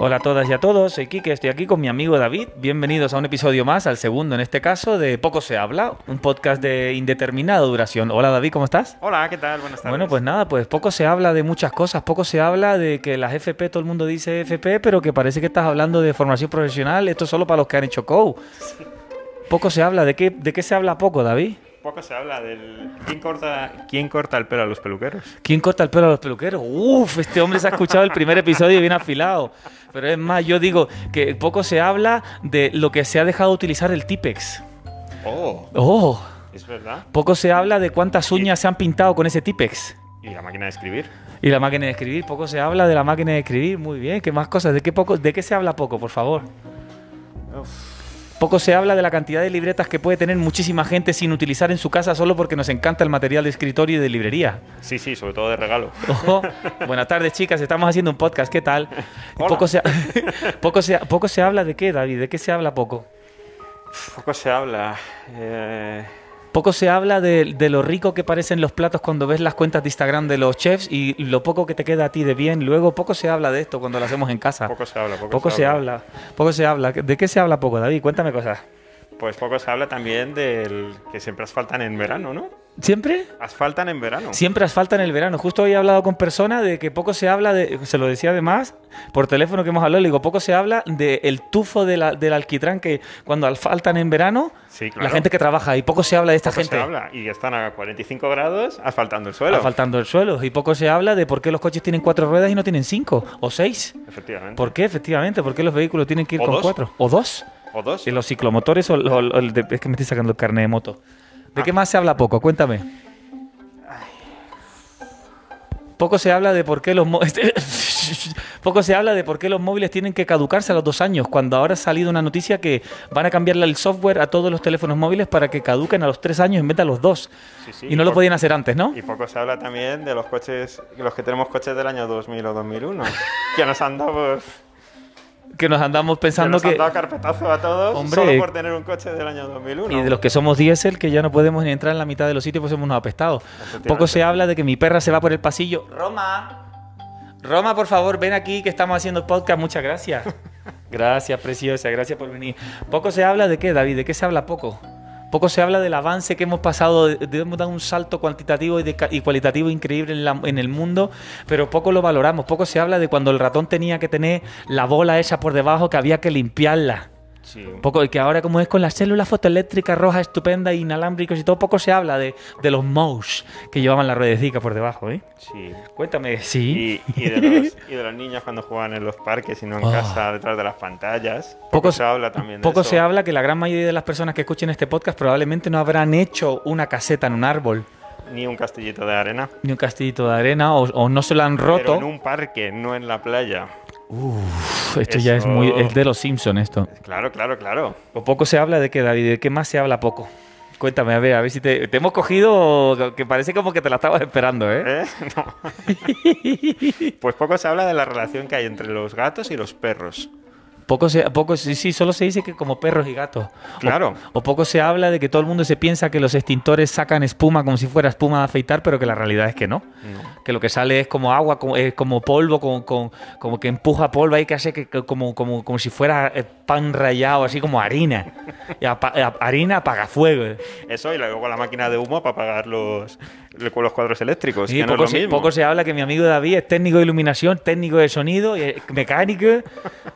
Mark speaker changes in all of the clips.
Speaker 1: Hola a todas y a todos, soy Kike, estoy aquí con mi amigo David. Bienvenidos a un episodio más, al segundo en este caso, de Poco se habla, un podcast de indeterminada duración. Hola David, ¿cómo estás?
Speaker 2: Hola, ¿qué tal? Buenas tardes.
Speaker 1: Bueno, pues nada, pues poco se habla de muchas cosas, poco se habla de que las FP, todo el mundo dice FP, pero que parece que estás hablando de formación profesional, esto es solo para los que han hecho COU. Poco se habla, ¿de qué, de qué se habla poco, David?
Speaker 2: Poco se habla del... ¿Quién corta, ¿Quién corta el pelo a los peluqueros?
Speaker 1: ¿Quién corta el pelo a los peluqueros? Uf, este hombre se ha escuchado el primer episodio y bien afilado. Pero es más, yo digo que poco se habla de lo que se ha dejado de utilizar el Tipex.
Speaker 2: Oh,
Speaker 1: Oh,
Speaker 2: es verdad.
Speaker 1: poco se habla de cuántas uñas se han pintado con ese Tipex.
Speaker 2: Y la máquina de escribir.
Speaker 1: Y la máquina de escribir, poco se habla de la máquina de escribir, muy bien, ¿qué más cosas? ¿De qué, poco, de qué se habla poco, por favor? Poco se habla de la cantidad de libretas que puede tener muchísima gente sin utilizar en su casa solo porque nos encanta el material de escritorio y de librería.
Speaker 2: Sí, sí, sobre todo de regalo.
Speaker 1: Ojo. Buenas tardes, chicas. Estamos haciendo un podcast. ¿Qué tal?
Speaker 2: Hola.
Speaker 1: Poco se, poco, se, poco se habla de qué, David. ¿De qué se habla poco?
Speaker 2: Poco se habla. eh,
Speaker 1: Poco se habla de, de lo rico que parecen los platos cuando ves las cuentas de Instagram de los chefs y lo poco que te queda a ti de bien. Luego, poco se habla de esto cuando lo hacemos en casa.
Speaker 2: Poco se habla. Poco,
Speaker 1: Poco se habla. Poco se habla. ¿De qué se habla poco, David? Cuéntame cosas.
Speaker 2: Pues poco se habla también del que siempre asfaltan en verano, ¿no?
Speaker 1: ¿Siempre?
Speaker 2: Asfaltan en verano.
Speaker 1: Siempre asfalta en el verano. Justo hoy he hablado con personas de que poco se habla de. Se lo decía además por teléfono que hemos hablado. Le digo, poco se habla del tufo de la- del alquitrán que cuando asfaltan en verano,
Speaker 2: Sí, claro.
Speaker 1: la gente que trabaja y poco se habla de esta
Speaker 2: Poco
Speaker 1: gente.
Speaker 2: se habla. Y están a 45 grados asfaltando el suelo.
Speaker 1: Asfaltando el suelo. Y poco se habla de por qué los coches tienen cuatro ruedas y no tienen cinco o seis.
Speaker 2: Efectivamente.
Speaker 1: ¿Por qué, efectivamente? ¿Por qué los vehículos tienen que ir
Speaker 2: O
Speaker 1: con
Speaker 2: dos.
Speaker 1: cuatro? ¿O dos?
Speaker 2: O dos.
Speaker 1: ¿Y los ciclomotores o, el- o el- o el de- Es que me estoy sacando el carnet de moto. ¿De qué más se habla poco? Cuéntame. Poco se habla de por qué los mo- este- poco se habla de por qué los móviles tienen que caducarse a los dos años. Cuando ahora ha salido una noticia que van a cambiarle el software a todos los teléfonos móviles para que caduquen a los tres años en vez de a los dos.
Speaker 2: Sí, sí,
Speaker 1: y no lo
Speaker 2: por-
Speaker 1: podían hacer antes, ¿no?
Speaker 2: Y poco se habla también de los coches, los que tenemos coches del año 2000 o 2001, que nos han dado,
Speaker 1: Que nos andamos
Speaker 2: que
Speaker 1: pensando
Speaker 2: nos han
Speaker 1: que
Speaker 2: dado carpetazo a todos
Speaker 1: Hombre.
Speaker 2: solo por tener un coche del año 2001.
Speaker 1: Y de los que somos diésel, que ya no podemos ni entrar en la mitad de los sitios pues somos unos apestados. Poco se habla de que mi perra se va por el pasillo. Roma, Roma, por favor, ven aquí que estamos haciendo podcast. Muchas gracias. Gracias, preciosa, gracias por venir. Poco se habla de qué, David, de qué se habla poco. Poco se habla del avance que hemos pasado, de- de- hemos dado un salto cuantitativo y, de ca- y cualitativo increíble en, la- en el mundo, pero poco lo valoramos. Poco se habla de cuando el ratón tenía que tener la bola esa por debajo que había que limpiarla.
Speaker 2: Sí.
Speaker 1: Un poco, y que ahora como es con las células fotoeléctricas rojas estupendas, inalámbricos y todo, poco se habla de, de los mouse que llevaban la ruedecica por debajo, ¿eh?
Speaker 2: sí.
Speaker 1: Cuéntame, sí.
Speaker 2: Y, y de los, y de los niños cuando juegan en los parques y no en
Speaker 1: Ah.
Speaker 2: casa, detrás de las pantallas. Poco,
Speaker 1: Poco
Speaker 2: se
Speaker 1: se-
Speaker 2: habla también de
Speaker 1: Poco
Speaker 2: eso.
Speaker 1: se habla que la gran mayoría de las personas que escuchen este podcast probablemente no habrán hecho una caseta en un árbol,
Speaker 2: Ni un castillito de arena.
Speaker 1: ni un castillito de arena, o, o no se lo han
Speaker 2: Pero
Speaker 1: roto.
Speaker 2: en un parque, no en la playa.
Speaker 1: Uf, esto ya es
Speaker 2: Eso.
Speaker 1: muy es de los Simpsons esto.
Speaker 2: Claro, claro, claro.
Speaker 1: O poco se habla de qué, David, de qué más se habla poco. Cuéntame, a ver, a ver si te, te hemos cogido, que parece como que te la estabas esperando, ¿eh?
Speaker 2: ¿Eh? No. pues poco se habla de la relación que hay entre los gatos y los perros.
Speaker 1: Poco se, poco, sí, sí, solo se dice que como perros y gatos. O-
Speaker 2: Claro.
Speaker 1: O, poco se habla de que todo el mundo se piensa que los extintores sacan espuma como si fuera espuma de afeitar, pero que la realidad es que no. Que lo que sale es como agua, como, eh, como polvo, con- con- como que empuja polvo ahí que hace que, que como, como, como si fuera eh, pan rallado, así como harina. Y apa- eh, harina apaga fuego.
Speaker 2: Eso y luego la máquina de humo para apagar los, los cuadros eléctricos.
Speaker 1: Sí,
Speaker 2: Pues que no
Speaker 1: poco,
Speaker 2: es lo
Speaker 1: se,
Speaker 2: mismo.
Speaker 1: poco se habla que mi amigo David es técnico de iluminación, técnico de sonido, eh, mecánico,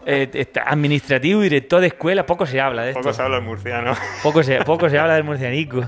Speaker 1: eh, este, administrativo, director de escuela. Poco se habla de esto.
Speaker 2: Poco se habla en murciano.
Speaker 1: Poco se, poco se habla del murcianico.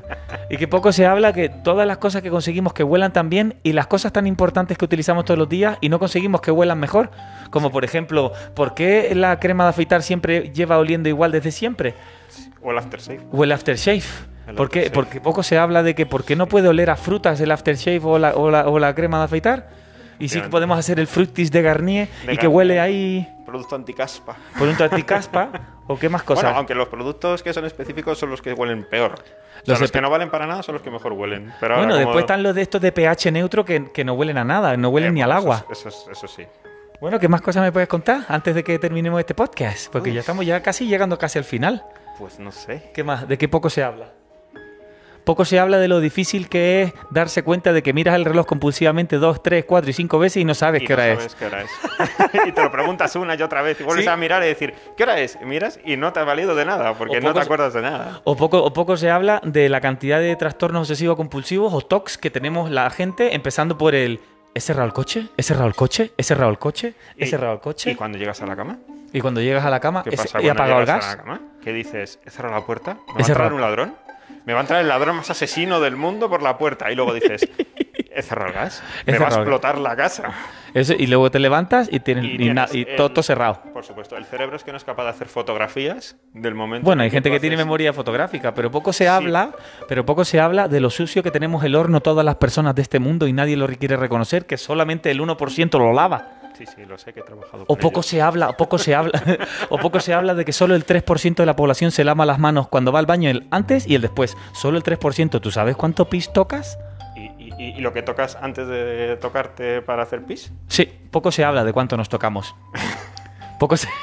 Speaker 1: Y que poco se habla que todas las cosas que conseguimos que vuelan tan bien y las cosas tan importantes que utilizamos todos los días y no conseguimos que vuelan mejor. Como por ejemplo, ¿por qué la crema de afeitar siempre lleva oliendo igual desde siempre?
Speaker 2: o el aftershave.
Speaker 1: O el aftershave.
Speaker 2: El
Speaker 1: ¿Por qué?
Speaker 2: aftershave.
Speaker 1: Porque poco se habla de que por qué no puede oler a frutas el aftershave o la, o la- o la crema de afeitar. Y sí que
Speaker 2: Efectivamente.
Speaker 1: podemos hacer el fructis de Garnier
Speaker 2: De
Speaker 1: y que
Speaker 2: Garnier.
Speaker 1: huele ahí
Speaker 2: Producto anticaspa.
Speaker 1: por un taticaspa o qué más cosas.
Speaker 2: Bueno, aunque los productos que son específicos son los que huelen peor. O sea,
Speaker 1: Los
Speaker 2: Los,
Speaker 1: de-
Speaker 2: que no valen para nada son los que mejor huelen. Pero
Speaker 1: Bueno,
Speaker 2: ahora como-
Speaker 1: después están los de estos de pH neutro que, que no huelen a nada, no huelen
Speaker 2: Eh,
Speaker 1: ni al
Speaker 2: bueno,
Speaker 1: agua.
Speaker 2: Eso, es- eso es- eso sí.
Speaker 1: Bueno, ¿qué más cosas me puedes contar antes de que terminemos este podcast? Porque ya estamos ya casi llegando casi al final.
Speaker 2: Pues no sé.
Speaker 1: ¿Qué más? ¿De qué poco se habla? Poco se habla de lo difícil que es darse cuenta de que miras el reloj compulsivamente dos, tres, cuatro y cinco veces y no sabes
Speaker 2: Y
Speaker 1: qué
Speaker 2: no
Speaker 1: hora
Speaker 2: sabes
Speaker 1: es.
Speaker 2: qué hora es. y te lo preguntas una y otra vez y vuelves
Speaker 1: Sí.
Speaker 2: a mirar y decir, ¿qué hora es? Y miras y no te ha valido de nada porque
Speaker 1: O
Speaker 2: no te
Speaker 1: pocos-
Speaker 2: acuerdas de nada.
Speaker 1: O poco, o poco se habla de la cantidad de trastornos obsesivos compulsivos o TOCs que tenemos la gente, empezando por el ¿he cerrado el coche? ¿he cerrado el coche? ¿he cerrado el coche? ¿he
Speaker 2: Y-
Speaker 1: cerrado el coche?
Speaker 2: ¿Y cuando llegas a la cama?
Speaker 1: Y cuando llegas a la cama
Speaker 2: ¿Qué
Speaker 1: es-
Speaker 2: pasa
Speaker 1: he
Speaker 2: cuando
Speaker 1: apagado el
Speaker 2: llegas a
Speaker 1: gas.
Speaker 2: la cama? ¿Qué dices? ¿He cerrado la puerta? ¿Me va
Speaker 1: He
Speaker 2: a entrar
Speaker 1: cerrado.
Speaker 2: un ladrón? ¿Me va a entrar el ladrón más asesino del mundo por la puerta? Y luego dices, ¿he cerrado el gas?
Speaker 1: He
Speaker 2: ¿Me va
Speaker 1: cerrado el
Speaker 2: a
Speaker 1: gas.
Speaker 2: explotar la casa?
Speaker 1: Eso, y luego te levantas y tienes y na-
Speaker 2: tienes
Speaker 1: y
Speaker 2: el-
Speaker 1: todo, todo cerrado.
Speaker 2: Por supuesto, el cerebro es que no es capaz de hacer fotografías del momento.
Speaker 1: Bueno,
Speaker 2: en
Speaker 1: hay
Speaker 2: el
Speaker 1: gente
Speaker 2: tú
Speaker 1: que tiene
Speaker 2: haces-
Speaker 1: memoria fotográfica, pero poco se habla, pero poco se habla de lo sucio que tenemos el horno todas las personas de este mundo y nadie lo quiere reconocer, que solamente el 1% lo lava.
Speaker 2: Sí, sí, lo sé que he trabajado
Speaker 1: O
Speaker 2: con
Speaker 1: poco
Speaker 2: ellos.
Speaker 1: se habla, o poco se habla, o poco se habla de que solo el 3% de la población se lava las manos cuando va al baño el antes y el después. Solo el 3%, ¿tú sabes cuánto pis tocas?
Speaker 2: ¿Y, y- y- y lo que tocas antes de tocarte para hacer pis?
Speaker 1: Sí, poco se habla de cuánto nos tocamos. Poco se...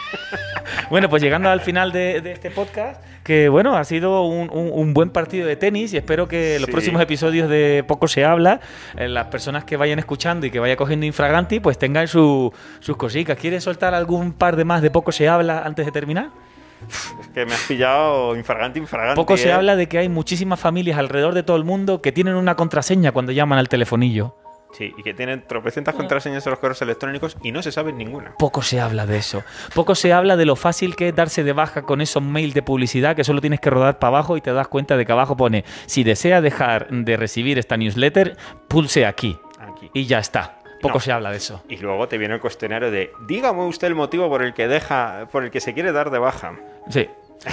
Speaker 1: Bueno, pues llegando al final de, de este podcast, que bueno, ha sido un, un- un buen partido de tenis y espero que los
Speaker 2: Sí.
Speaker 1: próximos episodios de Poco se habla, eh, las personas que vayan escuchando y que vaya cogiendo infraganti, pues tengan su- sus cositas. ¿Quieres soltar algún par de más de Poco se habla antes de terminar?
Speaker 2: Es que me has pillado infragante, infragante.
Speaker 1: Poco se
Speaker 2: ¿eh?
Speaker 1: habla de que hay muchísimas familias alrededor de todo el mundo que tienen una contraseña cuando llaman al telefonillo.
Speaker 2: Sí, y que tienen tropecientas contraseñas en los correos electrónicos y no se sabe ninguna.
Speaker 1: Poco se habla de eso. Poco se habla de lo fácil que es darse de baja con esos mails de publicidad que solo tienes que rodar para abajo y te das cuenta de que abajo pone, si desea dejar de recibir esta newsletter, pulse aquí.
Speaker 2: Aquí.
Speaker 1: Y ya está. Poco
Speaker 2: No.
Speaker 1: se habla de eso.
Speaker 2: Y luego te viene el cuestionario de dígame usted el motivo por el que deja, por el que se quiere dar de baja.
Speaker 1: Sí.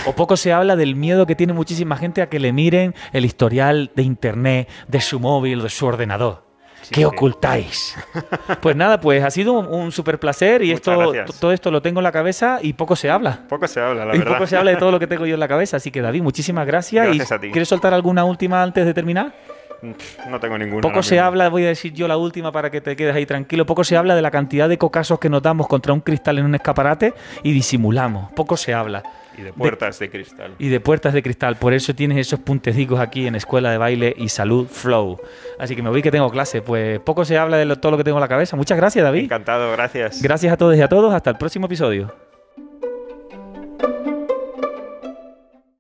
Speaker 1: O poco se habla del miedo que tiene muchísima gente a que le miren el historial de internet, de su móvil, de su ordenador.
Speaker 2: Sí,
Speaker 1: ¿Qué
Speaker 2: sí.
Speaker 1: ocultáis? Pues nada, pues ha sido un, un super placer y
Speaker 2: Muchas
Speaker 1: esto,
Speaker 2: gracias.
Speaker 1: todo esto lo tengo en la cabeza y poco se habla.
Speaker 2: Poco se habla, la
Speaker 1: y
Speaker 2: verdad.
Speaker 1: poco se habla de todo lo que tengo yo en la cabeza. Así que, David, muchísimas gracias.
Speaker 2: Gracias
Speaker 1: y,
Speaker 2: a ti.
Speaker 1: ¿Quieres soltar alguna última antes de terminar?
Speaker 2: Pff, No tengo ninguna.
Speaker 1: Poco
Speaker 2: ahora
Speaker 1: se
Speaker 2: mismo.
Speaker 1: habla, voy a decir yo la última para que te quedes ahí tranquilo. Poco se habla de la cantidad de cocasos que notamos contra un cristal en un escaparate y disimulamos. Poco se habla.
Speaker 2: Y de puertas de, cristal.
Speaker 1: Y de puertas de cristal. Por eso tienes esos puntecicos aquí en Escuela de Baile y Salud Flow. Así que me voy que tengo clase. Pues poco se habla de lo- todo lo que tengo en la cabeza. Muchas gracias, David.
Speaker 2: Encantado, gracias.
Speaker 1: Gracias a todos y a todos. Hasta el próximo episodio.